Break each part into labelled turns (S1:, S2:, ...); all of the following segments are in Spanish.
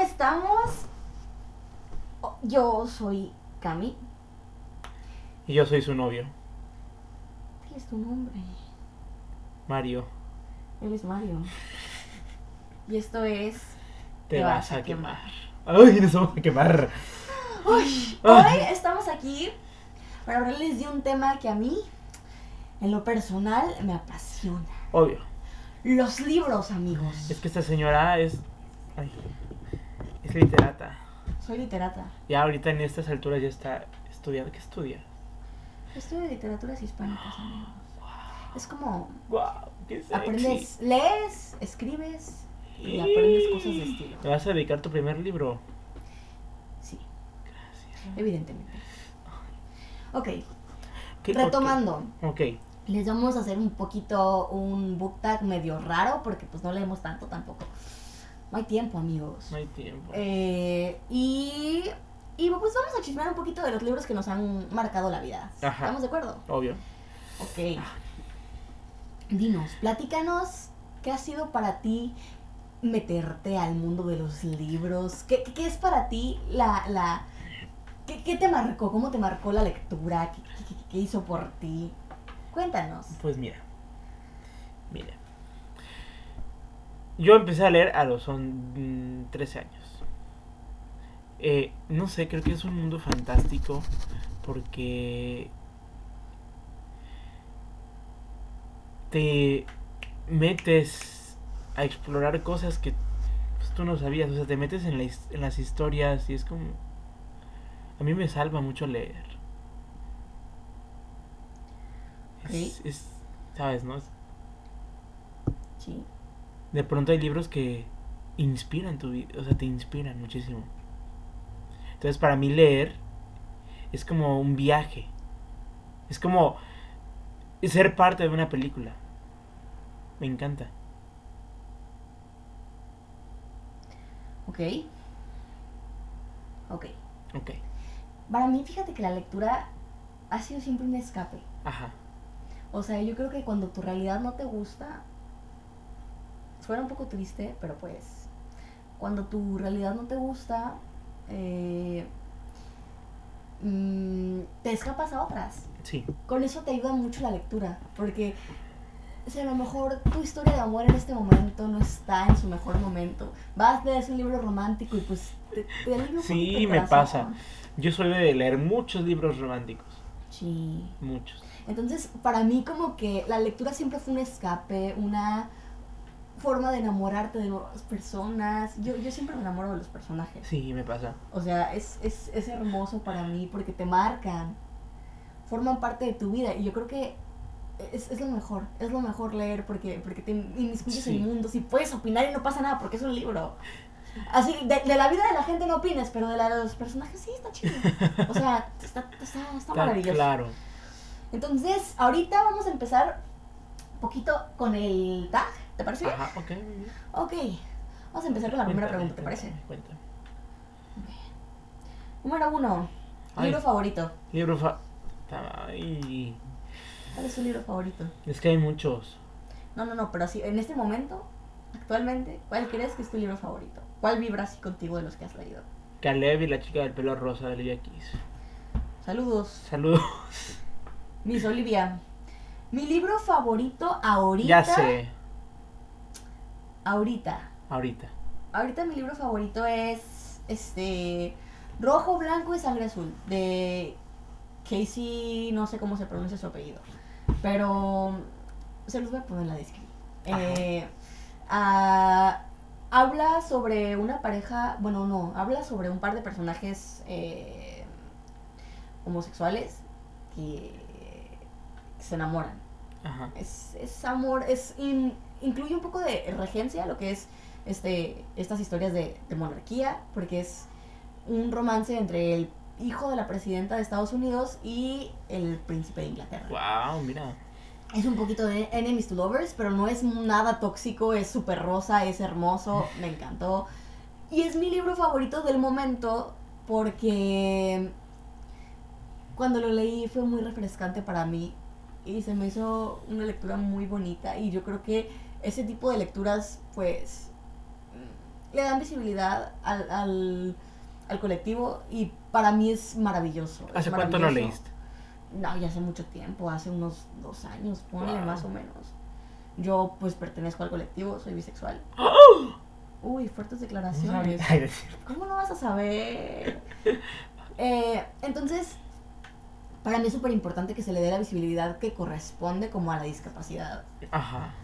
S1: estamos. Oh, Yo soy Cami.
S2: Y yo soy su novio,
S1: ¿Qué es tu nombre?
S2: Mario.
S1: Eres Mario. Y esto es.
S2: Te, vas, a quemar. Ay, nos vamos a quemar.
S1: Uy,
S2: Ah.
S1: hoy estamos aquí para hablarles de un tema que a mí, en lo personal, me apasiona.
S2: Obvio.
S1: Los libros, amigos.
S2: Es que esta señora es. ay, es literata.
S1: Soy literata.
S2: Ya ahorita en estas alturas ya está estudiando. ¿Qué estudia?
S1: Estudio literaturas hispánicas, amigos. Es como
S2: ¡Guau! ¡Qué sexy!
S1: aprendes, lees, escribes y aprendes cosas de estilo.
S2: ¿Te vas a dedicar tu primer libro?
S1: Sí,
S2: Gracias.
S1: evidentemente. Ok,
S2: ¿Qué-
S1: retomando.
S2: Ok. ok.
S1: Les vamos a hacer un poquito un book tag medio raro porque pues no leemos tanto tampoco. No hay tiempo, amigos.
S2: No hay tiempo.
S1: Eh, y, y pues vamos a chismear un poquito de los libros que nos han marcado la vida.
S2: Ajá.
S1: ¿Estamos de acuerdo?
S2: Obvio.
S1: Ok. Dinos, platícanos qué ha sido para ti meterte al mundo de los libros. ¿Qué, qué- qué es para ti la... la qué, qué te marcó? ¿Cómo te marcó la lectura? ¿Qué, qué- qué- qué hizo por ti? Cuéntanos.
S2: Pues mira, mira. Yo empecé a leer a los on- mm, 13 años. Eh, no sé, creo que es un mundo fantástico porque te metes a explorar cosas que pues, tú no sabías, o sea, te metes en, la his- en las historias y es como... A mí me salva mucho leer. Es- es- ¿Sabes, no? Es-
S1: Sí.
S2: De pronto hay libros que inspiran tu vida, o sea, te inspiran muchísimo. Entonces, para mí leer es como un viaje. Es como ser parte de una película. Me encanta.
S1: Ok. Ok.
S2: Ok.
S1: Para mí, fíjate que la lectura ha sido siempre un escape.
S2: Ajá.
S1: O sea, yo creo que cuando tu realidad no te gusta, suena un poco triste, pero pues, cuando tu realidad no te gusta, eh, mm, te escapas a otras.
S2: Sí.
S1: Con eso te ayuda mucho la lectura, porque o sea, a lo mejor tu historia de amor en este momento no está en su mejor momento. Vas, lees un libro romántico y pues te, te alivia un
S2: Sí,
S1: poquito el
S2: me
S1: corazón.
S2: pasa. Yo soy de leer muchos libros románticos.
S1: Sí.
S2: Muchos.
S1: Entonces, para mí como que la lectura siempre fue un escape, una forma de enamorarte de nuevas personas. Yo, yo siempre me enamoro de los personajes.
S2: Sí, me pasa.
S1: O sea, es, es, es hermoso para mí porque te marcan, forman parte de tu vida. Y yo creo que es, es lo mejor, es lo mejor leer porque, porque te inmiscuyes
S2: Sí.
S1: en mundos y puedes opinar y no pasa nada porque es un libro. Así, de, de la vida de la gente no opinas, pero de la de los personajes sí está chido. O sea, está, está, está
S2: Tan
S1: maravilloso.
S2: Claro.
S1: Entonces, ahorita vamos a empezar un poquito con el tag, ¿te parece bien?
S2: Ajá, ok. muy bien.
S1: Ok, vamos a empezar con la primera
S2: Cuéntame,
S1: pregunta, ¿te parece?
S2: cuéntame, cuéntame.
S1: Número uno,
S2: Ay.
S1: libro favorito.
S2: Libro fa... Ay,
S1: ¿Cuál es tu libro favorito?
S2: Es que hay muchos.
S1: No, no, no, pero así, en este momento, actualmente, ¿cuál crees que es tu libro favorito? ¿Cuál vibra así contigo de los que has leído?
S2: Caleb y la chica del pelo rosa de Olivia Keys.
S1: Saludos,
S2: Saludos.
S1: Miss Olivia. Mi libro favorito ahorita.
S2: Ya sé,
S1: Ahorita.
S2: ahorita.
S1: Ahorita mi libro favorito es este Rojo, Blanco y Sangre Azul de Casey, no sé cómo se pronuncia su apellido, pero se los voy a poner en la descripción. Eh, ah, habla sobre una pareja, bueno no, habla sobre un par de personajes eh, homosexuales que se enamoran.
S2: Ajá.
S1: Es, es amor, es in- incluye un poco de regencia, lo que es este, estas historias de, de monarquía, porque es un romance entre el hijo de la presidenta de Estados Unidos y el príncipe de Inglaterra.
S2: Wow, mira.
S1: Es un poquito de enemies to lovers, pero no es nada tóxico, es súper rosa, es hermoso, me encantó. Y es mi libro favorito del momento porque cuando lo leí fue muy refrescante para mí y se me hizo una lectura muy bonita y yo creo que ese tipo de lecturas pues mm, le dan visibilidad al, al, al colectivo y para mí es maravilloso. es
S2: ¿Hace cuánto lo
S1: maravilloso.
S2: leíste?
S1: No, ya hace mucho tiempo, hace unos dos años, ponle
S2: Wow.
S1: más o menos. Yo pues pertenezco al colectivo, soy bisexual. Ah, Uy, fuertes
S2: No sabía.
S1: declaraciones.
S2: Ay, decir-
S1: ¿Cómo no vas a saber? Eh, entonces, para mí es súper importante que se le dé la visibilidad que corresponde como a la discapacidad,
S2: Ajá.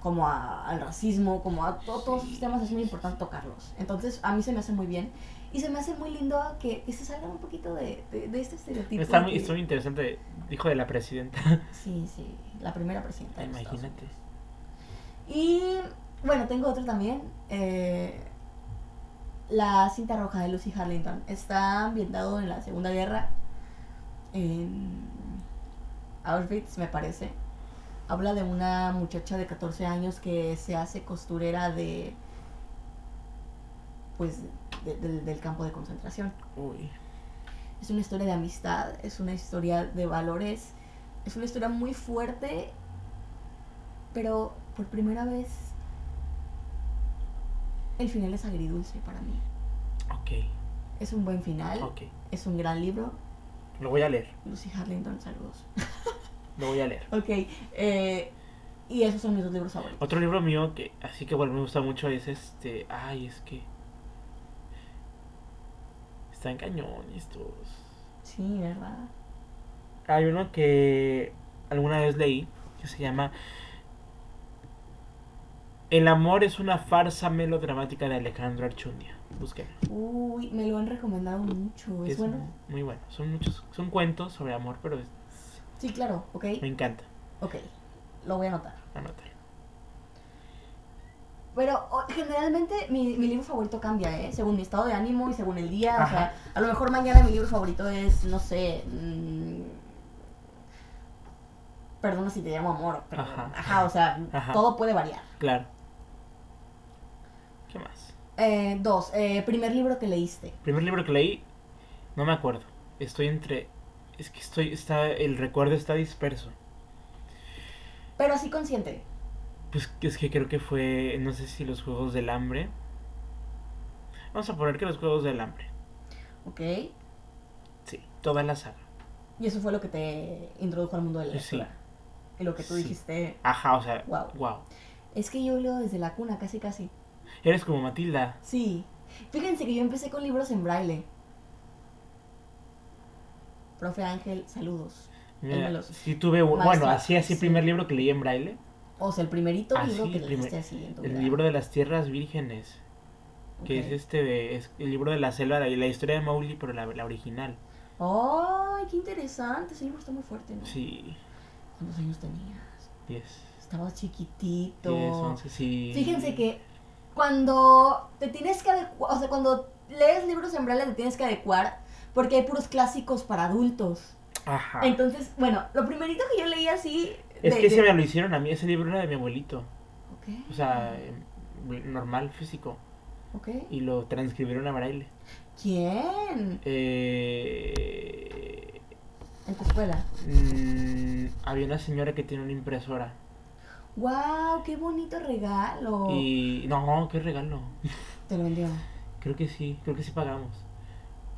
S1: como a- al racismo, como a to- todos esos temas, es muy importante tocarlos. Entonces, a mí se me hace muy bien y se me hace muy lindo que, que se salgan un poquito de, de- de este estereotipo.
S2: Está muy,
S1: que-
S2: está muy interesante. Dijo de la presidenta.
S1: Sí, sí, la primera presidenta. de los Estados
S2: Imagínate.
S1: Y bueno, tengo otro también. eh, la cinta roja de Lucy Harlington. Está ambientado en la Segunda Guerra. En Auschwitz, me parece. Habla de una muchacha de 14 años que se hace costurera de. Pues de- del- del campo de concentración.
S2: Uy.
S1: Es una historia de amistad, es una historia de valores, es una historia muy fuerte, pero por primera vez el final es agridulce para mí.
S2: Ok.
S1: Es un buen final,
S2: Ok.
S1: es un gran libro.
S2: Lo voy a leer.
S1: Lucy Harlington, saludos.
S2: Lo voy a leer.
S1: Ok, eh, y esos son mis dos libros favoritos.
S2: Otro libro mío que, así que bueno, me gusta mucho es este. Ay, es que. Están cañón estos.
S1: Sí, ¿verdad?
S2: Hay uno que alguna vez leí que se llama El amor es una farsa melodramática de Alejandro Archundia. Búsquenlo.
S1: Uy, me lo han recomendado mucho, ¿es,
S2: Es
S1: bueno?
S2: mu- muy bueno. Son muchos, son cuentos sobre amor, pero es-
S1: Sí, claro, ok,
S2: me encanta.
S1: ok, lo voy a anotar.
S2: Anótalo.
S1: Pero o- generalmente mi, mi libro favorito cambia, ¿eh? Según mi estado de ánimo y según el día. O sea,
S2: Ajá.
S1: a lo mejor mañana mi libro favorito es, no sé. mm, perdona si te llamo amor, pero. Ajá,
S2: Ajá.
S1: o sea,
S2: Ajá.
S1: todo puede variar.
S2: Claro. ¿Qué más?
S1: Eh, dos, eh, primer libro que leíste.
S2: Primer libro que leí, no me acuerdo. Estoy entre. Es que estoy. Está, el recuerdo está disperso.
S1: Pero así consciente.
S2: Pues es que creo que fue. No sé si los Juegos del Hambre. Vamos a poner que los Juegos del Hambre.
S1: Ok.
S2: Sí, toda la saga.
S1: Y eso fue lo que te introdujo al mundo de la
S2: Sí.
S1: lectura. Y lo que tú
S2: Sí.
S1: dijiste.
S2: Ajá, o sea,
S1: Wow.
S2: wow.
S1: Es que yo leo desde la cuna, casi, casi.
S2: Eres como Matilda.
S1: Sí. Fíjense que yo empecé con libros en braille. Profe Ángel, saludos. Dímelos.
S2: sí tuve un- bueno,
S1: Maestra,
S2: así así
S1: sí.
S2: primer libro que leí en braille,
S1: O sea, el primerito
S2: Ah,
S1: libro
S2: sí,
S1: que
S2: el
S1: leíste
S2: primer-
S1: así en tu
S2: el
S1: vida.
S2: libro de las tierras vírgenes,
S1: Ok.
S2: que es este de- es el libro de la selva, la, la historia de Mowgli, pero la, la original.
S1: ¡Ay, qué interesante! Ese libro está muy fuerte, ¿no?
S2: Sí,
S1: ¿Cuántos años tenías?
S2: 10.
S1: Estabas chiquitito.
S2: 10, 11, sí.
S1: Fíjense que cuando te tienes que adecuar, o sea, cuando lees libros en braille te tienes que adecuar porque hay puros clásicos para adultos.
S2: Ajá.
S1: Entonces, bueno, lo primerito que yo leí así...
S2: Ah. Es
S1: de-
S2: que
S1: de-
S2: se me lo hicieron a mí, ese libro era de mi abuelito,
S1: Ok.
S2: o sea, eh, normal, físico,
S1: Ok.
S2: y lo transcribieron a braille.
S1: ¿Quién?
S2: Eh...
S1: En tu escuela.
S2: Mm, había una señora que tiene una impresora.
S1: ¡Wow! ¡Qué bonito regalo!
S2: Y. No, qué regalo.
S1: Te lo vendió.
S2: Creo que sí, creo que sí pagamos.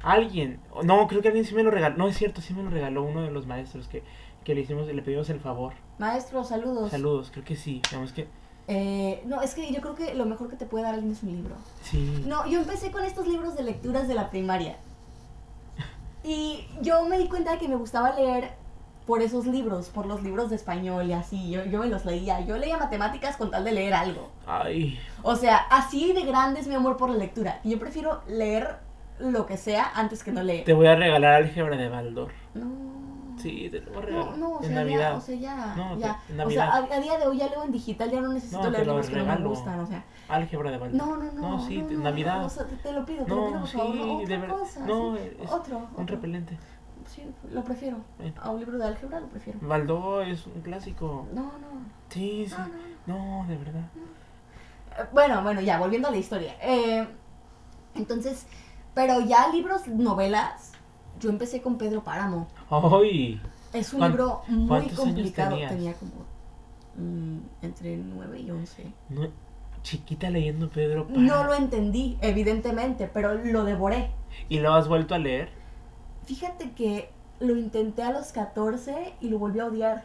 S2: Alguien. No, creo que alguien sí me lo regaló. No es cierto, sí me lo regaló uno de los maestros que, que le hicimos, le pedimos el favor.
S1: Maestro, saludos.
S2: Saludos, creo que sí. Digamos que.
S1: Eh, no, es que yo creo que lo mejor que te puede dar alguien es un libro.
S2: Sí.
S1: No, yo empecé con estos libros de lecturas de la primaria. Y yo me di cuenta de que me gustaba leer por esos libros, por los libros de español y así. Yo, yo me los leía. Yo leía matemáticas con tal de leer algo.
S2: Ay.
S1: O sea, así de grande es mi amor por la lectura. Y yo prefiero leer lo que sea antes que no leer.
S2: Te voy a regalar álgebra de Baldor.
S1: No.
S2: Sí, te lo voy a
S1: No,
S2: regalar.
S1: no, o
S2: en
S1: sea,
S2: Navidad.
S1: ya, o sea, ya,
S2: No,
S1: ya.
S2: en
S1: o sea,
S2: Navidad.
S1: a, a día de hoy ya leo en digital, ya no necesito
S2: No, te
S1: leer
S2: lo
S1: libros que no me
S2: regalo.
S1: gustan, o sea.
S2: Álgebra de Baldor.
S1: No, no, no.
S2: No, sí, en
S1: no,
S2: Navidad.
S1: no, o sea, te, te lo pido, te lo
S2: No,
S1: pido, por favor.
S2: sí,
S1: no,
S2: de
S1: otra
S2: verdad.
S1: cosa,
S2: No,
S1: sí.
S2: es
S1: otro,
S2: Un eh.
S1: otro.
S2: repelente.
S1: Sí, lo prefiero.
S2: Bueno.
S1: A un libro de álgebra lo prefiero.
S2: Baldor es un clásico.
S1: No, no, no,
S2: Sí, sí.
S1: no. no.
S2: No, de verdad.
S1: Eh, Bueno, bueno, ya, volviendo a la historia. Eh, entonces, pero ya libros, novelas, yo empecé con Pedro Páramo.
S2: ¡Ay!
S1: Es un
S2: ¿Cuán-
S1: libro muy
S2: cuántos años
S1: complicado.
S2: tenías?
S1: Tenía como mm, entre 9 y 11.
S2: No, chiquita leyendo Pedro Pan.
S1: No lo entendí, evidentemente, pero lo devoré.
S2: ¿Y lo has vuelto a leer?
S1: Fíjate que lo intenté a los 14 y lo volví a odiar.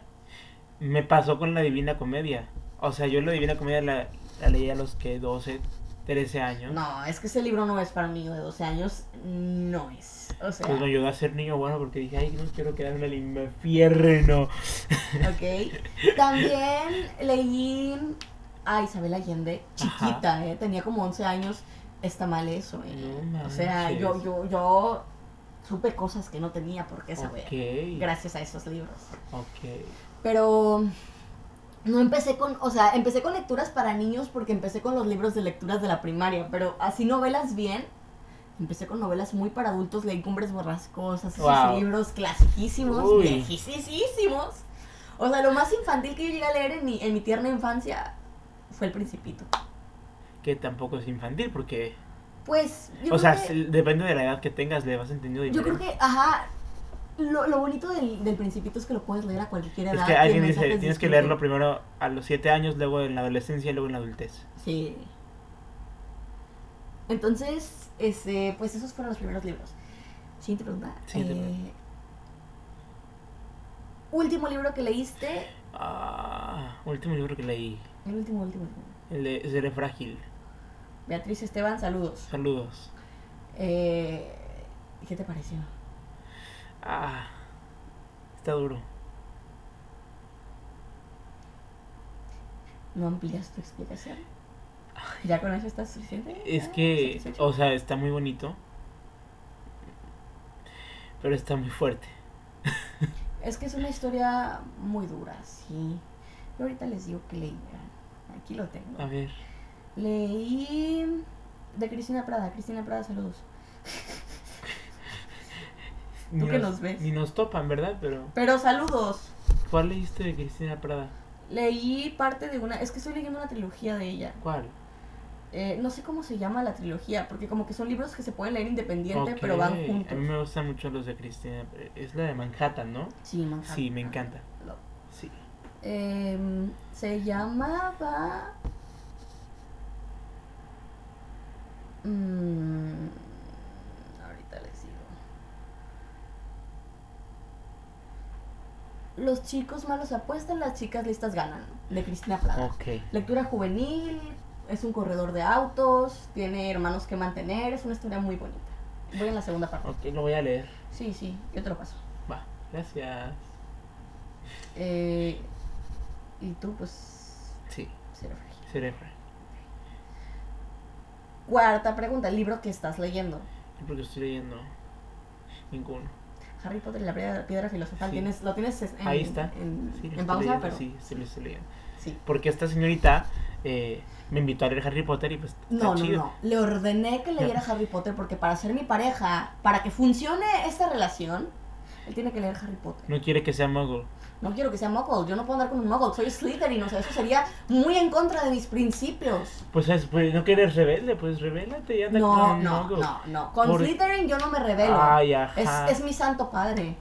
S2: Me pasó con la Divina Comedia. O sea, yo la Divina Comedia la, la leí a los que 12, 13 años.
S1: No, es que ese libro no es para un niño de 12 años, no es. O sea,
S2: Pues me ayudó a ser niño bueno porque dije, ay, no quiero quedarme en el infierno.
S1: ok. También leí a Isabel Allende, chiquita, ¿eh? Tenía como 11 años, está mal eso, ¿eh?
S2: No
S1: o sea,
S2: manches.
S1: yo, yo, yo supe cosas que no tenía por qué saber.
S2: Ok.
S1: Gracias a esos libros.
S2: Ok.
S1: Pero no empecé con, o sea, empecé con lecturas para niños porque empecé con los libros de lecturas de la primaria, pero así novelas bien. Empecé con novelas muy para adultos, leí Cumbres Borrascosas, esos
S2: Wow.
S1: libros clasiquísimos,
S2: Uy.
S1: viejísimos. O sea, lo más infantil que yo llegué a leer en mi, en mi tierna infancia fue El Principito.
S2: Que tampoco es infantil porque...
S1: Pues, yo creo
S2: o sea,
S1: que-
S2: si- depende de la edad que tengas, le vas entendiendo
S1: Yo
S2: diferente.
S1: creo que, ajá, lo, lo bonito del, del Principito es que lo puedes leer a cualquier edad.
S2: Es que
S1: y el
S2: alguien
S1: mensaje
S2: dice,
S1: es
S2: tienes que
S1: distinto".
S2: leerlo primero a los 7 años, luego en la adolescencia y luego en la adultez.
S1: Sí. Entonces, este, pues esos fueron los primeros libros. Siguiente pregunta.
S2: Siguiente
S1: Eh,
S2: pregunta.
S1: Último libro que leíste.
S2: Ah, último libro que leí,
S1: El último, último. último.
S2: el de Seré Frágil.
S1: Beatriz Esteban, saludos.
S2: Saludos.
S1: Eh, ¿Qué te pareció?
S2: Ah, está duro.
S1: ¿No amplías tu explicación? ¿Ya con eso estás suficiente?
S2: Es
S1: ¿Ya?
S2: que,
S1: ¿Satisfecho?
S2: o sea, está muy bonito, pero está muy fuerte.
S1: Es que es una historia muy dura, sí. Yo ahorita les digo que leí. miren, Aquí lo tengo.
S2: A ver,
S1: Leí de Cristina Prada. Cristina Prada, saludos.
S2: ni
S1: que
S2: nos-
S1: nos ves.
S2: Ni nos topan, ¿verdad? Pero,
S1: Pero saludos.
S2: ¿cuál leíste de Cristina Prada?
S1: Leí parte de una... Es que estoy leyendo una trilogía de ella.
S2: ¿Cuál?
S1: Eh, no sé cómo se llama la trilogía, porque como que son libros que se pueden leer independiente,
S2: Ok,
S1: pero van
S2: A
S1: juntos.
S2: mí me gustan mucho los de Cristina. Es la de Manhattan, ¿no?
S1: Sí, me encanta.
S2: Sí, me encanta.
S1: Lo-
S2: Sí.
S1: Em, se llamaba... Mm, ahorita les digo. Los chicos malos apuestan, las chicas listas ganan. De Cristina Prada.
S2: Ok.
S1: Lectura juvenil, es un corredor de autos, tiene hermanos que mantener, es una historia muy bonita. Voy en la segunda parte.
S2: Ok, lo voy a leer.
S1: Sí, sí, yo te lo paso.
S2: Va, gracias.
S1: Eh, y tú, pues,
S2: Sí,
S1: cero frágil.
S2: cerebro.
S1: Cuarta pregunta, el libro que estás leyendo.
S2: Yo Porque estoy leyendo ninguno.
S1: Harry Potter y la piedra, piedra filosofal.
S2: Sí.
S1: ¿Tienes, lo tienes en,
S2: Ahí está.
S1: en,
S2: Sí, lo
S1: en
S2: estoy
S1: pausa,
S2: leyendo,
S1: pero sí.
S2: sí, sí lo estoy leyendo. Porque esta señorita eh, me invitó a leer Harry Potter y pues está
S1: No, no,
S2: chido.
S1: no. Le ordené que leyera Harry Potter porque para ser mi pareja, para que funcione esta relación, él tiene que leer Harry Potter.
S2: No quiere que sea mago.
S1: No quiero que sea muggle, yo no puedo andar con un muggle, soy Slytherin, o sea, eso sería muy en contra de mis principios.
S2: Pues, es- pues, no quieres rebelde, pues rebélate y anda con
S1: No,
S2: un
S1: no,
S2: mago.
S1: no, no. Con
S2: Por-
S1: Slytherin yo no me revelo.
S2: Ay, ajá.
S1: es, es mi santo padre.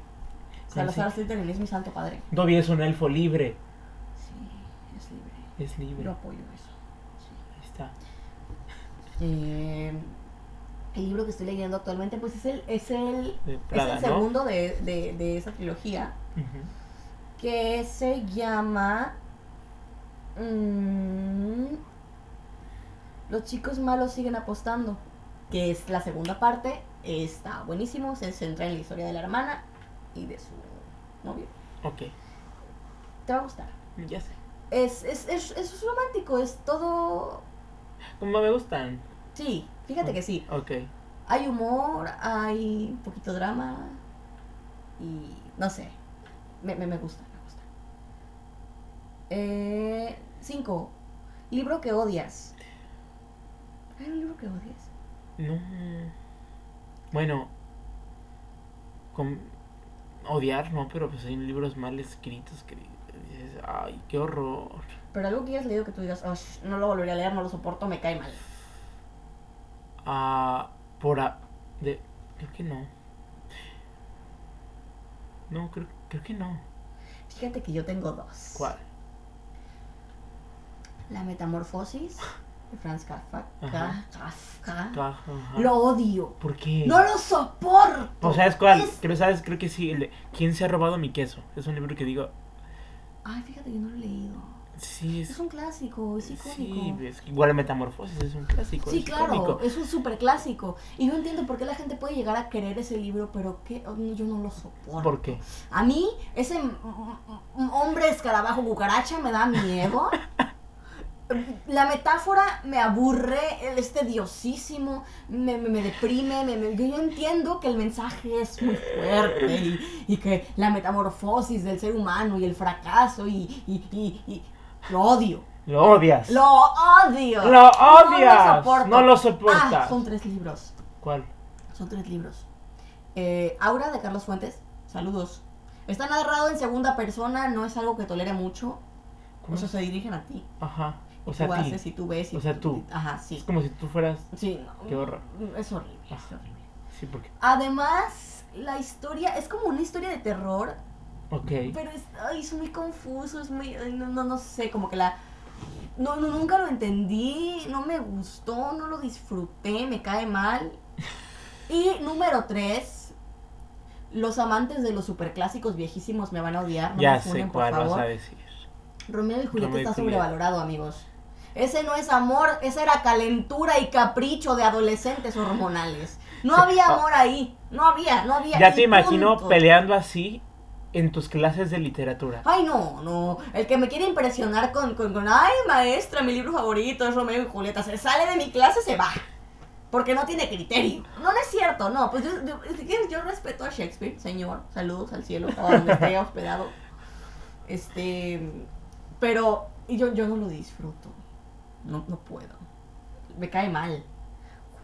S1: Salazar
S2: Sí.
S1: Slytherin es mi santo padre.
S2: Dobby es un elfo libre.
S1: Sí, es libre.
S2: Es libre.
S1: Yo apoyo eso.
S2: Ahí está.
S1: Eh, el libro que estoy leyendo actualmente, pues es el, es el,
S2: De
S1: es
S2: Prada,
S1: el
S2: ¿no?
S1: segundo de, de, de esa trilogía.
S2: Ujú.
S1: que se llama mm, Los chicos malos siguen apostando, que es la segunda parte, está buenísimo, se centra en la historia de la hermana y de su novio.
S2: Ok,
S1: Te va a gustar.
S2: ya sé.
S1: Es, es, es, es romántico, es todo...
S2: Como me gustan.
S1: Sí, fíjate que sí.
S2: Ok.
S1: Hay humor, hay un poquito drama y no sé, me, me, me gusta, me gusta. Eh, cinco, libro que odias. ¿Hay un libro que odias?
S2: No. Bueno. Con... Odiar, no, pero pues hay libros mal escritos que dices, ay, qué horror.
S1: Pero algo que hayas leído que tú digas, "Oh, sh- no lo volvería a leer, no lo soporto, me cae mal.
S2: Ah, por a... De... Creo que no. No, creo, creo que no.
S1: Fíjate que yo tengo dos.
S2: ¿Cuál?
S1: La metamorfosis de Franz Kafka.
S2: Ajá.
S1: Kafka.
S2: Ajá.
S1: Lo odio.
S2: ¿Por qué?
S1: No lo soporto.
S2: O sea, es cuál.
S1: Es-
S2: Creo, ¿sabes? Creo que sí. el de ¿Quién se ha robado mi queso? Es un libro que digo.
S1: Ay, fíjate que no lo he leído.
S2: Sí,
S1: Es
S2: es.
S1: un clásico, es
S2: Sí,
S1: icónico.
S2: es que igual Metamorfosis es un clásico.
S1: Pues Sí,
S2: es
S1: claro,
S2: icónico.
S1: es un súper clásico. Y yo entiendo por qué la gente puede llegar a querer ese libro, pero que yo no lo soporto.
S2: ¿Por qué?
S1: A mí, ese m- m- hombre escarabajo cucaracha me da miedo. La metáfora me aburre, él es tediosísimo, me, me- me deprime, me- me- yo, yo entiendo que el mensaje es muy fuerte y, y que la metamorfosis del ser humano y el fracaso y, y, y- y- lo odio,
S2: Lo odias.
S1: lo odio.
S2: Lo
S1: No
S2: odias.
S1: soporto.
S2: No lo
S1: Ah,
S2: soportas.
S1: son tres libros.
S2: ¿Cuál?
S1: Son tres libros. Eh, Aura de Carlos Fuentes, saludos. Está narrado en segunda persona, no es algo que tolere mucho.
S2: ¿Cómo
S1: O sea,
S2: se-
S1: se dirigen a ti.
S2: Ajá. O
S1: tú
S2: sea, a ti.
S1: haces y tú ves. Y
S2: O sea, tú.
S1: Ajá,
S2: Es
S1: sí.
S2: como si tú fueras.
S1: Sí, no,
S2: Qué horror.
S1: Es horrible, es
S2: Ah.
S1: horrible.
S2: Sí, porque.
S1: Además, la historia es como una historia de terror,
S2: Ok.
S1: pero es, ay, es muy confuso, es muy. ay, no, no, no sé, como que la. No, no, nunca lo entendí, no me gustó, no lo disfruté, me cae mal. Y número tres, los amantes de los superclásicos viejísimos me van a odiar, no
S2: Ya
S1: me funen,
S2: sé
S1: por
S2: cuál vas
S1: favor.
S2: a decir.
S1: Romeo y Julieta
S2: Romeo y
S1: está
S2: Julieta.
S1: sobrevalorado, amigos. Ese no es amor, esa era calentura y capricho de adolescentes hormonales. No
S2: Sí.
S1: había amor ahí, no había, no había.
S2: Ya
S1: y
S2: te imagino
S1: punto.
S2: peleando así en tus clases de literatura.
S1: Ay, no, no. El que me quiere impresionar con, con, con, ay, maestra, mi libro favorito es Romeo y Julieta, se sale de mi clase, se va. Porque no tiene criterio. No, no es cierto, no. Pues yo, yo, es que yo respeto a Shakespeare, señor. Saludos al cielo, o a donde esté hospedado. Este. Pero yo, yo no lo disfruto. No, no puedo. Me cae mal.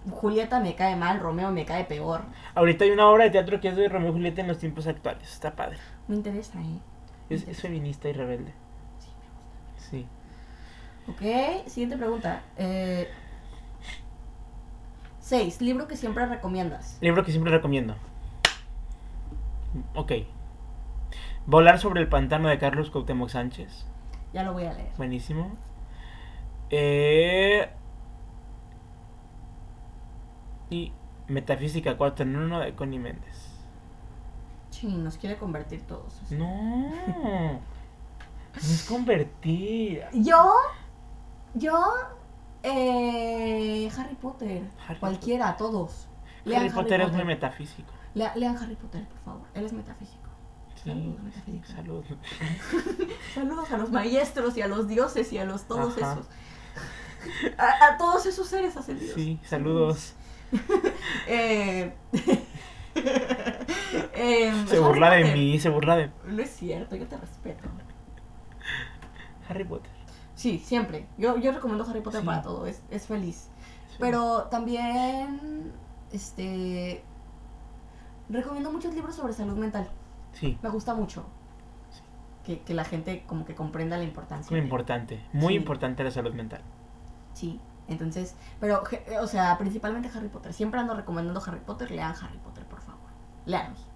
S1: Julieta me cae mal, Romeo me cae peor.
S2: Ahorita hay una obra de teatro que es de Romeo y Julieta en los tiempos actuales. Está padre.
S1: Me interesa, ¿eh?
S2: Es, es feminista y rebelde. Sí.
S1: Ok, siguiente pregunta. Eh, seis, libro que siempre recomiendas.
S2: Libro que siempre recomiendo. Ok. Volar sobre el pantano de Carlos Cuauhtémoc Sánchez.
S1: Ya lo voy a leer.
S2: Buenísimo. Eh, y Metafísica 4 en 1 de Connie Méndez.
S1: Chin, nos quiere convertir todos.
S2: No. No es convertir.
S1: Yo, yo, eh, Harry Potter.
S2: Harry
S1: cualquiera, todos.
S2: Harry,
S1: Lean
S2: Potter es muy metafísico.
S1: Lea- lean Harry Potter, por favor. Él es metafísico.
S2: Sí,
S1: Saludos, metafísica.
S2: salud.
S1: Saludos a los maestros y a los dioses y a los todos
S2: Ajá.
S1: esos. A, a todos esos seres ascendidos.
S2: Sí, saludos.
S1: Eh, em,
S2: Se burla
S1: Harry
S2: de
S1: Potter.
S2: mí, se burla de
S1: No es cierto, yo te respeto.
S2: Harry Potter.
S1: Sí, siempre. Yo, yo recomiendo Harry Potter
S2: Sí.
S1: para todo, es, es feliz.
S2: Sí.
S1: Pero también, este... Recomiendo muchos libros sobre salud mental.
S2: Sí,
S1: Me gusta mucho.
S2: Sí.
S1: Que, que la gente como que comprenda la importancia.
S2: es muy
S1: de-
S2: importante. Muy
S1: Sí.
S2: importante la salud mental.
S1: Sí, entonces... Pero, je- o sea, principalmente Harry Potter. Siempre ando recomendando Harry Potter. Lean Harry Potter, por favor. Leanos.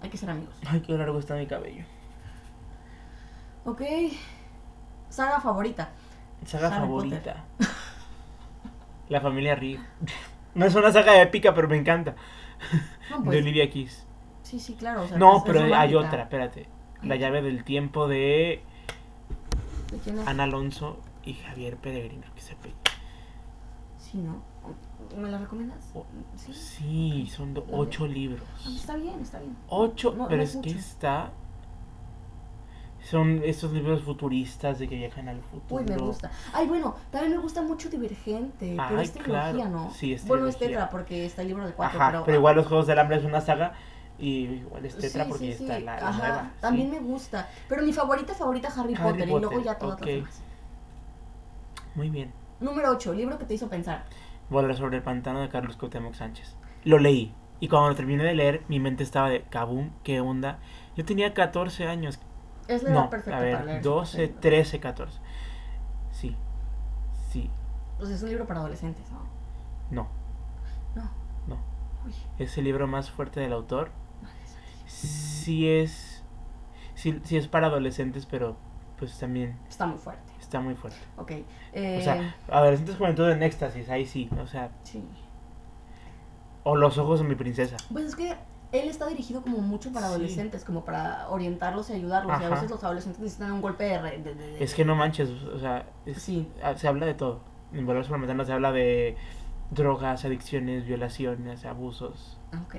S1: Hay que ser amigos.
S2: Ay, qué largo está mi cabello.
S1: Ok. Saga favorita.
S2: Saga
S1: Harry
S2: favorita. La familia Río. No es una saga épica, pero me encanta.
S1: No,
S2: de
S1: pues,
S2: Olivia Kiss.
S1: Sí, sí, claro. o sea, es-
S2: No,
S1: es
S2: pero hay
S1: romántica.
S2: otra, espérate. La llave del tiempo de
S1: ¿De quién es?
S2: Ana Alonso y Javier Peregrino, que se apellida.
S1: Sí, ¿no? ¿Me la recomiendas?
S2: O-
S1: Sí.
S2: Oh, Sí, son do-
S1: A ver.
S2: ocho
S1: Ah,
S2: libros.
S1: Está bien, está bien.
S2: Ocho,
S1: No,
S2: pero
S1: no
S2: es que
S1: mucho.
S2: está. Son estos libros futuristas de que viajan al futuro.
S1: Uy, me gusta. Ay, bueno, también me gusta mucho Divergente, pero
S2: Ay,
S1: es trilogía,
S2: claro.
S1: ¿no?
S2: Sí, es
S1: Bueno, es
S2: trilogía.
S1: tetra, porque está el libro de cuatro,
S2: Ajá, pero,
S1: pero...
S2: igual los Juegos del Hambre es una saga. Y igual es
S1: Sí,
S2: Tetra
S1: sí,
S2: porque
S1: sí.
S2: está la, la
S1: Ajá,
S2: nueva. sí.
S1: también me gusta. Pero mi favorita, favorita, Harry,
S2: Harry
S1: Potter, y luego
S2: Potter,
S1: ya todas
S2: ok.
S1: las demás.
S2: Muy bien.
S1: Número 8, libro que te hizo pensar.
S2: Volar sobre el pantano de Carlos Cuauhtémoc Sánchez. Lo leí. Y cuando lo terminé de leer, mi mente estaba de cabum, qué onda. Yo tenía 14 años.
S1: Es la edad
S2: No,
S1: perfecta
S2: a
S1: para leer.
S2: ver,
S1: este
S2: 12,
S1: libro.
S2: 13, 14. Sí. Sí.
S1: O sea, es un libro para adolescentes, ¿no?
S2: No.
S1: No.
S2: No.
S1: Uy,
S2: Es el libro más fuerte del autor.
S1: madre santísima.
S2: Sí es. Sí, sí es para adolescentes, pero pues también
S1: Está muy fuerte.
S2: está está muy fuerte.
S1: Ok. eh,
S2: O sea, adolescentes juventud en éxtasis, ahí sí, o sea,
S1: sí.
S2: o los ojos de mi princesa.
S1: Pues es que él está dirigido como mucho para
S2: Sí.
S1: adolescentes, como para orientarlos y ayudarlos. Y a
S2: Ajá.
S1: veces los adolescentes necesitan un golpe de... re- de- de- de-
S2: Es que no manches, o sea, es-
S1: Sí.
S2: ah, se habla de todo. En valor suplementario se habla de drogas, adicciones, violaciones, abusos.
S1: Ok.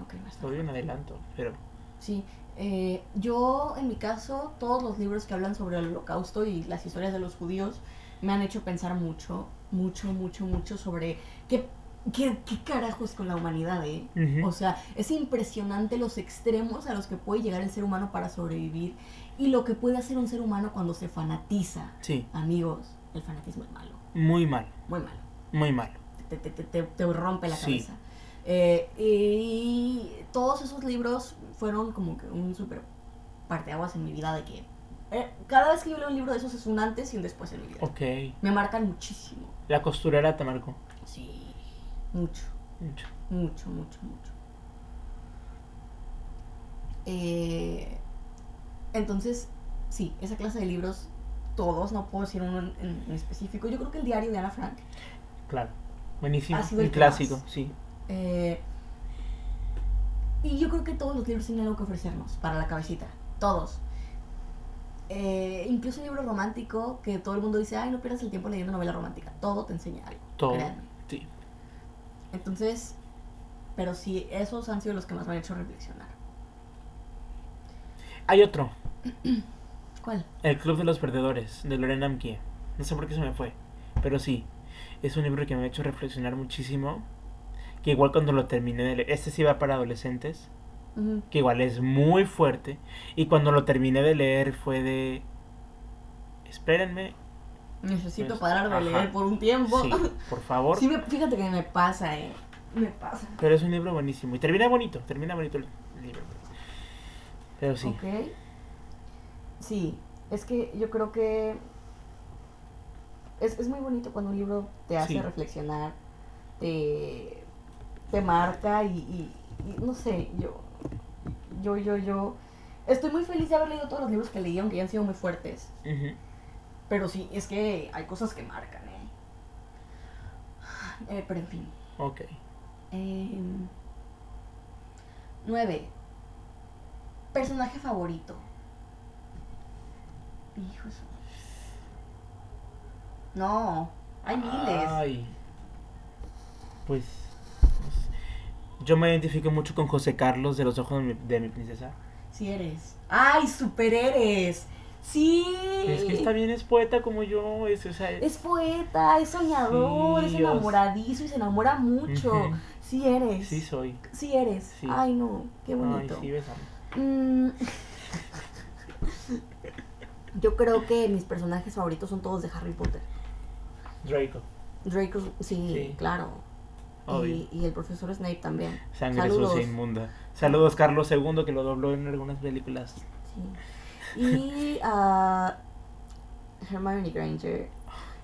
S1: Ok, basta.
S2: Todo en adelanto, pero
S1: Sí, eh, yo en mi caso, todos los libros que hablan sobre el holocausto y las historias de los judíos me han hecho pensar mucho, mucho, mucho, mucho sobre qué, qué, qué carajos con la humanidad, ¿eh?
S2: Ujú.
S1: O sea, es impresionante los extremos a los que puede llegar el ser humano para sobrevivir y lo que puede hacer un ser humano cuando se fanatiza.
S2: sí,
S1: Amigos, el fanatismo es malo,
S2: muy mal,
S1: muy malo
S2: muy mal.
S1: te, te- te- te- te rompe la
S2: Sí.
S1: cabeza. Eh, y todos esos libros fueron como que un súper parteaguas en mi vida de que eh, cada vez que yo leo un libro de esos es un antes y un después en mi vida.
S2: Ok,
S1: Me marcan muchísimo.
S2: la costurera te marcó
S1: Sí. Mucho,
S2: mucho.
S1: mucho, mucho, mucho. Eh, entonces, sí, esa clase de libros, todos, no puedo decir uno en, en- en específico. Yo creo que el diario de Ana Frank
S2: Claro, buenísimo,
S1: Ha sido
S2: un
S1: el que más.
S2: clásico, sí.
S1: Eh, y yo creo que todos los libros tienen algo que ofrecernos para la cabecita. Todos. Eh, incluso un libro romántico que todo el mundo dice, ay, no pierdas el tiempo leyendo novela romántica. Todo te enseña algo.
S2: Todo.
S1: créanme.
S2: Sí.
S1: Entonces, pero sí, esos han sido los que más me han hecho reflexionar.
S2: Hay otro,
S1: ¿Cuál?
S2: El Club de los Perdedores, de Lorena Amkie. No sé por qué se me fue, pero sí. Es un libro que me ha hecho reflexionar muchísimo. Que igual cuando lo terminé de leer, este sí va para adolescentes,
S1: Ujú.
S2: que igual es muy fuerte. Y cuando lo terminé de leer fue de... Espérenme.
S1: Necesito
S2: Pues,
S1: parar de
S2: ajá.
S1: leer por un tiempo.
S2: Sí, por favor.
S1: Sí, me- fíjate que me pasa, eh. Me pasa.
S2: Pero es un libro buenísimo. Y termina bonito, termina bonito el libro. Pero sí.
S1: Ok. Sí, es que yo creo que es, es muy bonito cuando un libro te hace
S2: Sí.
S1: reflexionar, te, te marca y, y- y no sé, yo, yo, yo, yo estoy muy feliz de haber leído todos los libros que leí, aunque hayan sido muy fuertes.
S2: Ujú.
S1: Pero sí, es que hay cosas que marcan, ¿eh? Eh, pero en fin.
S2: Ok.
S1: Eh, 9. Personaje favorito. Hijo de su- No, hay miles.
S2: Ay. Pues. no sé. Yo me identifico mucho con José Carlos de los ojos de mi, de mi princesa.
S1: Si eres. ¡Ay, super eres! ¡Sí!
S2: Es que también es poeta como yo. Es, o sea,
S1: Es poeta, es soñador, es
S2: Sí, o sea-
S1: enamoradizo y se enamora mucho.
S2: Ujú.
S1: Sí eres.
S2: Sí,
S1: Sí,
S2: soy.
S1: eres.
S2: Sí.
S1: Ay, no, qué
S2: Ay,
S1: bonito.
S2: sí, besame.
S1: Mm. Yo creo que mis personajes favoritos son todos de Harry Potter.
S2: Draco.
S1: Draco, sí,
S2: Sí.
S1: claro.
S2: Obvio.
S1: Y, y el profesor Snape también.
S2: Sangre
S1: Saludos.
S2: sucia e inmunda. Saludos, Carlos II, que lo dobló en algunas películas.
S1: Sí. Y a Hermione Granger.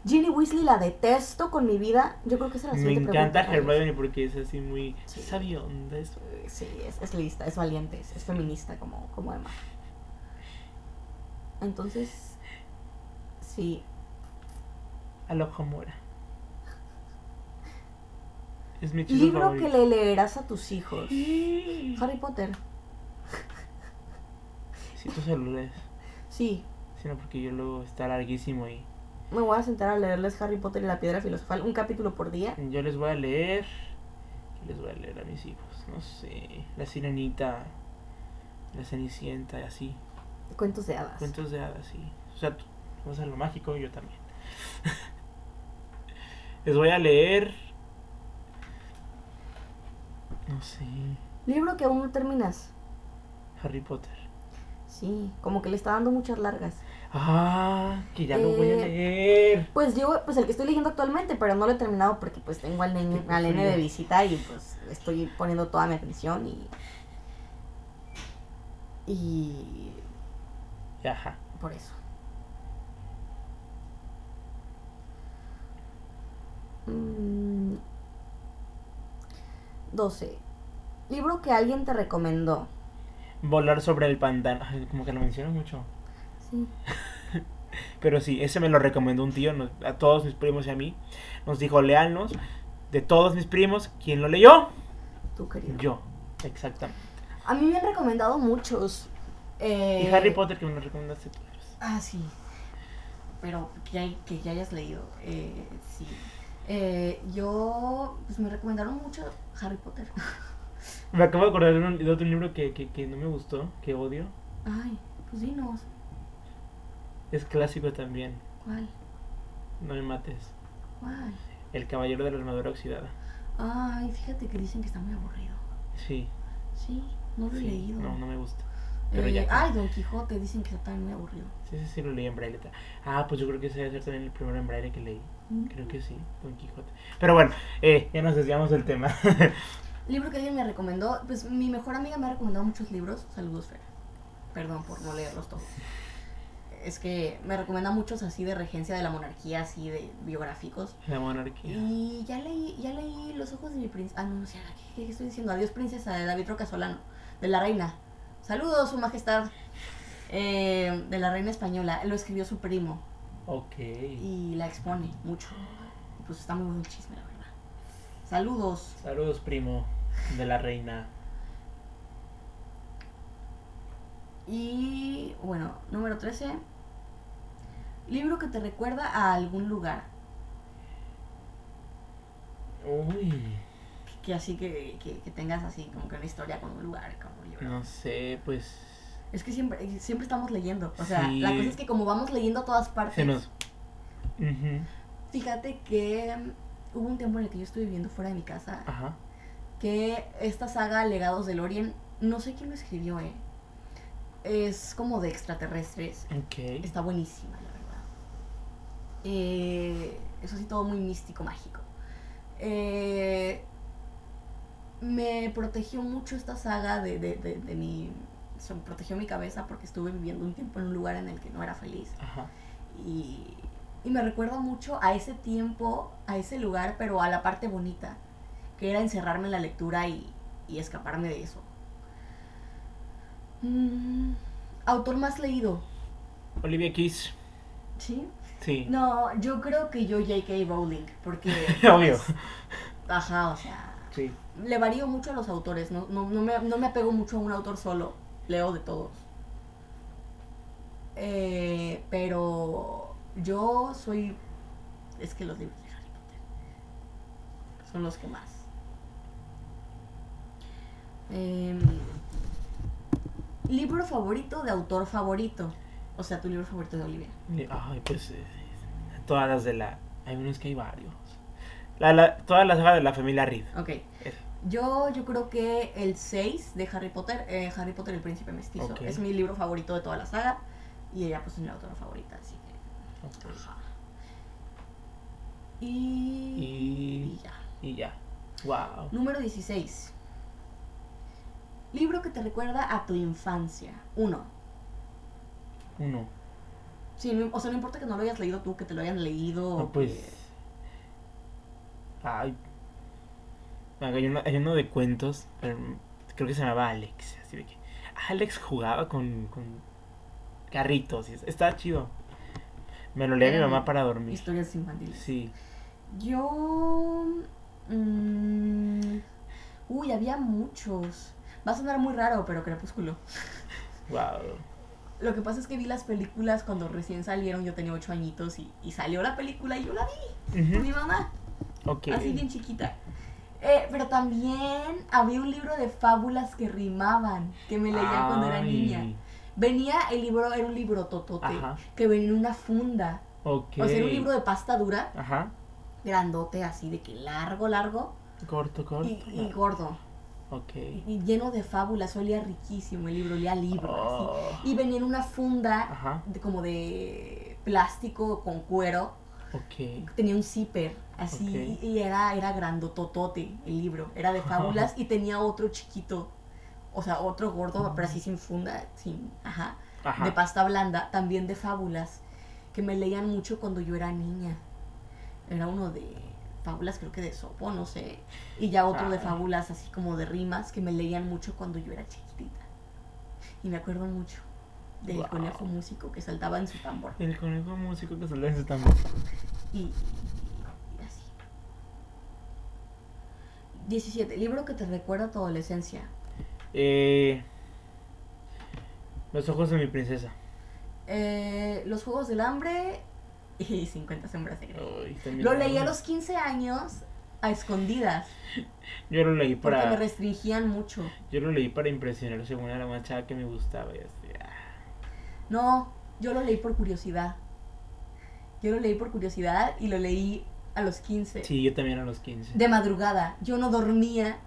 S1: Ginny Weasley la detesto con mi vida. Yo creo que esa es la
S2: Me
S1: siguiente pregunta,
S2: encanta
S1: Carlos.
S2: Hermione porque es así muy
S1: Sí.
S2: sabionda. Es
S1: Sí, es, es lista, es valiente, es, es feminista como, como Emma. Entonces, sí,
S2: a la hoja mora. Es mi chico
S1: Libro que
S2: favorito.
S1: le leerás a tus hijos. Harry Potter.
S2: Si tú saludes.
S1: Sí,
S2: Sino porque yo luego está larguísimo y
S1: me voy a sentar a leerles Harry Potter y la piedra filosofal, un capítulo por día.
S2: Yo les voy a leer. ¿qué les voy a leer a mis hijos? No sé. La sirenita. La cenicienta, así.
S1: Cuentos de hadas.
S2: Cuentos de hadas, sí. O sea, tú vas a lo mágico y yo también. les voy a leer. No sé.
S1: Libro que aún no terminas.
S2: Harry Potter.
S1: Sí, como que le está dando muchas largas.
S2: ¡Ah! Que ya lo voy a
S1: Eh,
S2: leer.
S1: Pues yo, pues el que estoy leyendo actualmente, pero no lo he terminado porque pues tengo al nene,
S2: Tengo
S1: al nene
S2: frío.
S1: de visita y pues estoy poniendo toda mi atención y... Y...
S2: Ajá.
S1: Por eso. Mm, 12. Libro que alguien te recomendó.
S2: Volar sobre el pantano. Ay, Como que lo menciono mucho.
S1: Sí.
S2: Pero sí, ese me lo recomendó un tío nos- a todos mis primos y a mí. Nos dijo, leanlos. De todos mis primos, ¿quién lo leyó?
S1: Tú, querido.
S2: Yo, exactamente.
S1: A mí me han recomendado muchos. eh,
S2: Y Harry Potter que me lo recomendaste tú. Luis.
S1: Ah, sí. Pero que ya, que ya hayas leído. eh, sí. Eh, yo. Pues me recomendaron mucho Harry Potter.
S2: Me acabo de acordar de, un- de otro libro que, que- que no me gustó, que odio.
S1: Ay, pues dinos.
S2: Es clásico también.
S1: ¿Cuál?
S2: No me mates.
S1: ¿Cuál?
S2: El Caballero de la Armadura Oxidada.
S1: Ay, fíjate que dicen que está muy aburrido.
S2: Sí.
S1: Sí, no lo he
S2: sí,
S1: leído.
S2: No, no me gusta. pero
S1: Eh,
S2: ya.
S1: Ay, Don Quijote, dicen que está también muy aburrido.
S2: Sí, sí, sí, lo leí en braille. ta- Ah, pues yo creo que ese debe ser también el primero en braille que leí. Creo que sí, Don Quijote. Pero bueno, eh, ya nos desviamos del tema.
S1: Libro que alguien me recomendó, pues mi mejor amiga me ha recomendado muchos libros. Saludos, Fer. Perdón por no leerlos todos. Es que me recomienda muchos así de regencia de la monarquía, así de biográficos.
S2: la monarquía.
S1: Y ya leí, ya leí Los ojos de mi princesa. Ah, no, no sé, ¿qué, qué estoy diciendo? Adiós, princesa, de David Roca Solano, de la reina. Saludos, su majestad. Eh, de la reina española. Lo escribió su primo
S2: Ok.
S1: y la expone mucho. Pues está muy bueno el chisme, la verdad. Saludos.
S2: Saludos, primo de la reina.
S1: Y bueno, número 13. Libro que te recuerda a algún lugar.
S2: Uy.
S1: Que así que, que, que tengas así como que una historia con un lugar, como un libro.
S2: No sé, pues.
S1: Es que siempre, siempre estamos leyendo. O sea,
S2: Sí.
S1: la cosa es que como vamos leyendo a todas partes.
S2: Se nos. Ujú,
S1: Fíjate que mm, hubo un tiempo en el que yo estuve viviendo fuera de mi casa.
S2: Ajá.
S1: Que esta saga Legados del Orient, no sé quién lo escribió, eh. Es como de extraterrestres.
S2: Ok.
S1: Está buenísima, la verdad. Eh, eso sí, todo muy místico, mágico. Eh, me protegió mucho esta saga de, de, de- de mi... se me protegió mi cabeza porque estuve viviendo un tiempo en un lugar en el que no era feliz.
S2: Ajá.
S1: Y, y me recuerda mucho a ese tiempo, a ese lugar, pero a la parte bonita, que era encerrarme en la lectura y, y escaparme de eso. Mm, autor más leído.
S2: Olivia Kiss.
S1: ¿Sí?
S2: Sí.
S1: No, yo creo que yo J.K. Rowling, porque...
S2: Obvio.
S1: Ajá, o sea...
S2: Sí.
S1: Le varío mucho a los autores, no, no, no, me, no me apego mucho a un autor solo, leo de todos. Eh, pero yo soy... Es que los libros de Harry Potter son los que más. Em, libro favorito de autor favorito. O sea, tu libro favorito de Olivia.
S2: Ay, pues. eh, Todas las de la. Hay unos que hay varios. La, la, todas las sagas de la familia Reed.
S1: Ok.
S2: Esa.
S1: Yo, yo creo que el 6 de Harry Potter, eh, Harry Potter el príncipe mestizo,
S2: Ok.
S1: es mi libro favorito de toda la saga y ella pues es mi autora favorita, así que...
S2: Ok.
S1: ajá. Y... y
S2: Y,
S1: ya.
S2: y ya. Wow.
S1: Número 16. Libro que te recuerda a tu infancia. Uno.
S2: Uno.
S1: Sí, no- o sea, no importa que no lo hayas leído tú, que te lo hayan leído. eh, o
S2: No,
S1: que-
S2: pues. Ay. Venga, Hay uno, hay uno de cuentos, pero creo que se llamaba Alex. Así de que. Alex jugaba con, con carritos. y es- Estaba chido. Me lo leía mi
S1: Eran
S2: mamá para dormir.
S1: Historias infantiles.
S2: Sí.
S1: Yo. mm, uy, había muchos. Va a sonar muy raro, pero Crepúsculo.
S2: Wow.
S1: Lo que pasa es que vi las películas cuando recién salieron. Yo tenía ocho añitos y, y salió la película y yo la vi con mi mamá,
S2: Ok.
S1: así bien chiquita. Eh, pero también había un libro de fábulas que rimaban, que me leía cuando era
S2: Ay,
S1: niña. Venía el libro, era un libro totote,
S2: Ajá.
S1: que venía en una funda.
S2: Ok.
S1: O sea, era un libro de pasta dura,
S2: Ajá.
S1: grandote, así de que largo, largo
S2: Corto, corto.
S1: y, y gordo.
S2: ok.
S1: y lleno de fábulas, olía riquísimo el libro, olía a libro.
S2: Oh.
S1: así. Y venía en una funda
S2: Ajá.
S1: de- como de plástico con cuero,
S2: Ok.
S1: tenía un zipper, así,
S2: Ok.
S1: y- y era, era grandototote el libro, era de fábulas y tenía otro chiquito, o sea, otro gordo, pero así sin funda, sin, ajá,
S2: Ajá.
S1: de pasta blanda, también de fábulas, que me leían mucho cuando yo era niña. Era uno de fábulas, creo que de sopo, no sé. Y ya otro de
S2: Ah.
S1: fábulas, así como de rimas, que me leían mucho cuando yo era chiquitita. Y me acuerdo mucho. del
S2: Wow.
S1: conejo músico que saltaba en su tambor.
S2: El conejo músico que sale en su tambor.
S1: Y, y así. 17. Libro que te recuerda a tu adolescencia.
S2: Eh, los ojos de mi princesa.
S1: Eh, los Juegos del Hambre y 50 Sombras de Grey.
S2: Ay, también
S1: Lo
S2: lo
S1: leí a
S2: amo.
S1: los 15 años a escondidas
S2: Yo lo leí
S1: porque me
S2: para.
S1: restringían mucho.
S2: Yo lo leí para impresionar según era la más chava que me gustaba. Y así, ah.
S1: No, yo lo leí por curiosidad. Yo lo leí por curiosidad y lo leí a los 15.
S2: Sí, yo también a los 15.
S1: De madrugada. Yo no dormía.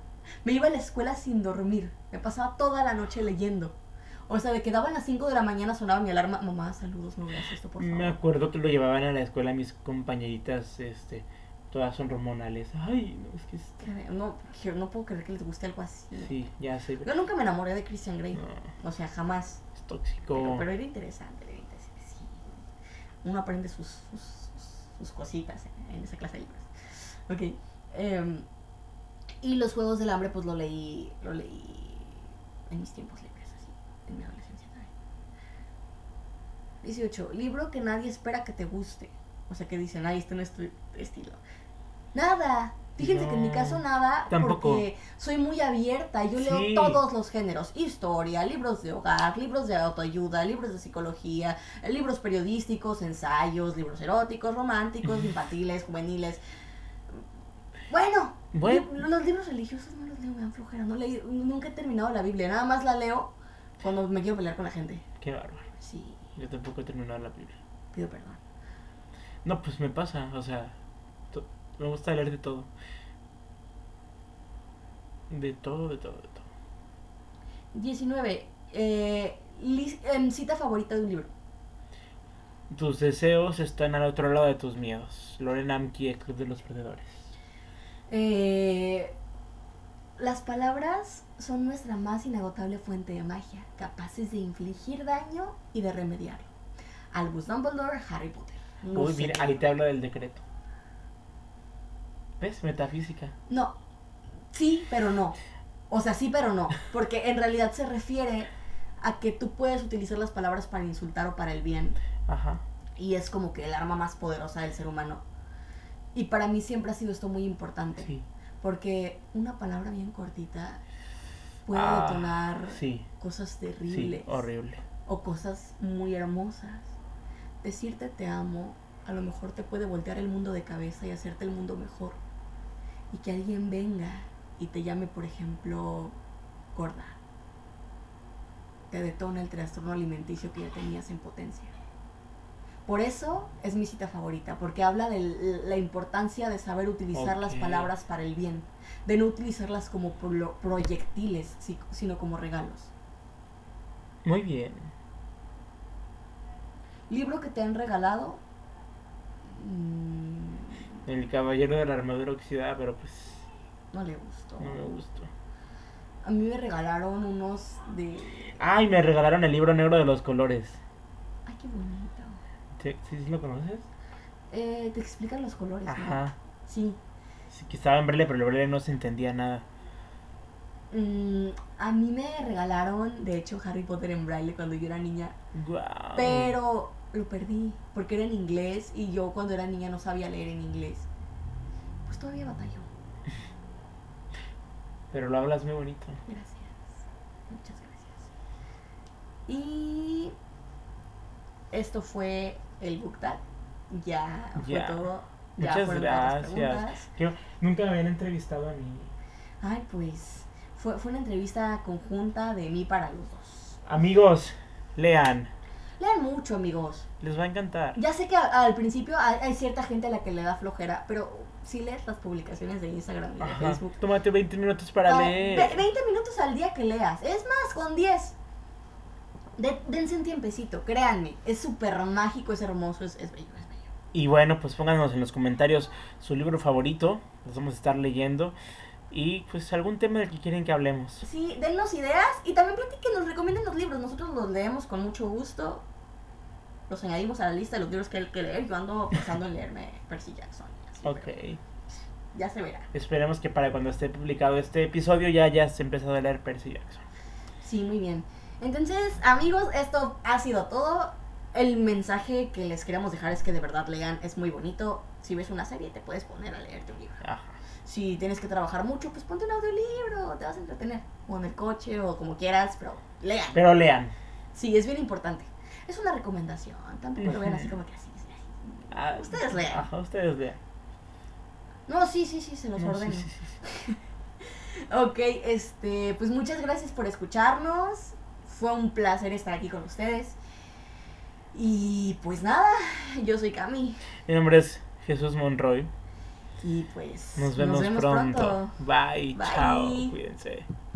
S1: Me iba a la escuela sin dormir. Me pasaba toda la noche leyendo. O sea, de que daban las 5 de la mañana sonaba mi alarma. Mamá, saludos, no veas esto, por
S2: Me
S1: favor.
S2: acuerdo que lo llevaban a la escuela mis compañeritas, este, todas son hormonales. Ay, no, es que es-
S1: No, yo no puedo creer que les guste algo así.
S2: Sí, ya sé.
S1: Yo nunca me enamoré de Christian Grey.
S2: No,
S1: O sea, jamás.
S2: es
S1: Pero,
S2: tóxico.
S1: pero era interesante, era interesante, sí. Uno aprende sus, sus, sus- sus cositas en, en esa clase de libros. Ok. em, y los Juegos del Hambre, pues lo leí, lo leí en mis tiempos libres, así, en mi adolescencia también. 18. Libro que nadie espera que te guste. O sea, que dicen, ay, este no es tu estilo. Nada. Fíjense que en mi
S2: No.
S1: caso nada,
S2: Tampoco.
S1: porque soy muy abierta. Yo
S2: Sí.
S1: leo todos los géneros. Historia, libros de hogar, libros de autoayuda, libros de psicología, eh, libros periodísticos, ensayos, libros eróticos, románticos, infantiles, juveniles. Bueno,
S2: Bueno.
S1: li- los libros religiosos no los leo, me dan flojera. No leí, nunca he terminado la Biblia, nada más la leo cuando me quiero pelear con la gente.
S2: Qué bárbaro.
S1: Sí,
S2: Yo tampoco he terminado la Biblia.
S1: pido perdón.
S2: No, pues me pasa, o sea, to- me gusta leer de todo. De todo, de todo, de todo.
S1: 19. Eh, lis- em, cita favorita de un libro.
S2: Tus deseos están al otro lado de tus miedos. Loren Amki, el Club de los Perdedores.
S1: Eh, las palabras son nuestra más inagotable fuente de magia, capaces de infligir daño y de remediarlo. Albus Dumbledore, Harry Potter. No
S2: Uy,
S1: sé
S2: mira, ah.
S1: qué-
S2: ahí te habla del decreto. ¿Ves? Metafísica.
S1: No, sí, pero no. O sea, sí, pero no. Porque en realidad se refiere a que tú puedes utilizar las palabras para insultar o para el bien.
S2: Ajá.
S1: Y es como que el arma más poderosa del ser humano. Y para mí siempre ha sido esto muy importante.
S2: Sí.
S1: Porque una palabra bien cortita puede
S2: Ah,
S1: detonar
S2: Sí,
S1: cosas terribles
S2: sí, horrible.
S1: o cosas muy hermosas. Decirte te amo a lo mejor te puede voltear el mundo de cabeza y hacerte el mundo mejor. Y que alguien venga y te llame, por ejemplo, gorda. Te detona el trastorno alimenticio que ya tenías en potencia. Por eso es mi cita favorita, porque habla de l- la importancia de saber utilizar las
S2: Ok.
S1: palabras para el bien, de no utilizarlas como pro- proyectiles, si- sino como regalos.
S2: Muy bien.
S1: Libro que te han regalado. Mm,
S2: El caballero de la armadura oxidada, pero pues
S1: no le gustó.
S2: no me gustó.
S1: A mí me regalaron unos de.
S2: Ay, me regalaron el libro negro de los colores.
S1: Ay, qué bonito.
S2: ¿Sí, sí, sí lo conoces?
S1: Eh, te explican los colores, ¿no?
S2: Ajá.
S1: Sí.
S2: Sí, que estaba en braille, pero el braille no se entendía nada.
S1: Mm, a mí me regalaron, de hecho, Harry Potter en braille cuando yo era niña.
S2: Guau.
S1: Pero lo perdí porque era en inglés y yo cuando era niña no sabía leer en inglés. Pues todavía batallo.
S2: Pero lo hablas muy bonito.
S1: Gracias. Muchas gracias. Y esto fue el Book Tag. Ya fue
S2: Ya.
S1: todo. Ya
S2: Muchas
S1: fueron todas las
S2: gracias.
S1: preguntas.
S2: Yo nunca me habían entrevistado a mí.
S1: Ay, pues fue, fue una entrevista conjunta de mí para los dos.
S2: Amigos, lean.
S1: Lean mucho, amigos.
S2: Les va a encantar.
S1: Ya sé que a- al principio hay, hay cierta gente a la que le da flojera, pero si lees las publicaciones de Instagram y de
S2: Ajá.
S1: Facebook.
S2: Tómate 20 minutos para
S1: Para ve-
S2: leer.
S1: 20 minutos al día que leas. Es más, con 10. De- dense un tiempecito, créanme. Es súper mágico, es hermoso, es, es bello, es bello.
S2: Y bueno, pues pónganos en los comentarios su libro favorito. Los vamos a estar leyendo. Y pues algún tema del que quieren que hablemos.
S1: Sí, dennos ideas y también nos recomienden los libros. Nosotros los leemos con mucho gusto. Los añadimos a la lista de los libros que hay que leer. Yo ando pensando en leerme Percy Jackson. y así,
S2: Ok.
S1: pero Ya se verá.
S2: Esperemos que para cuando esté publicado este episodio ya hayas empezado a leer Percy Jackson.
S1: Sí, muy bien. Entonces, amigos, esto ha sido todo. El mensaje que les queremos dejar es que de verdad lean, es muy bonito. Si ves una serie, te puedes poner a leerte un libro.
S2: Ajá.
S1: Si tienes que trabajar mucho, pues ponte un audiolibro, te vas a entretener. O en el coche, o como quieras, pero lean.
S2: Pero lean.
S1: Sí, es bien importante. Es una recomendación, tampoco lo vean así como que así. así.
S2: Ah,
S1: Ustedes lean.
S2: Ajá, ustedes lean.
S1: No, sí, sí, sí, se los
S2: No, sí,
S1: ordeno.
S2: sí, sí, sí.
S1: Ok, este, pues muchas gracias por escucharnos. Fue un placer estar aquí con ustedes. Y pues nada, yo soy Cami.
S2: Mi nombre es Jesús Monroy.
S1: Y pues
S2: Nos vemos, pronto. Bye,
S1: Bye.
S2: chao. Cuídense.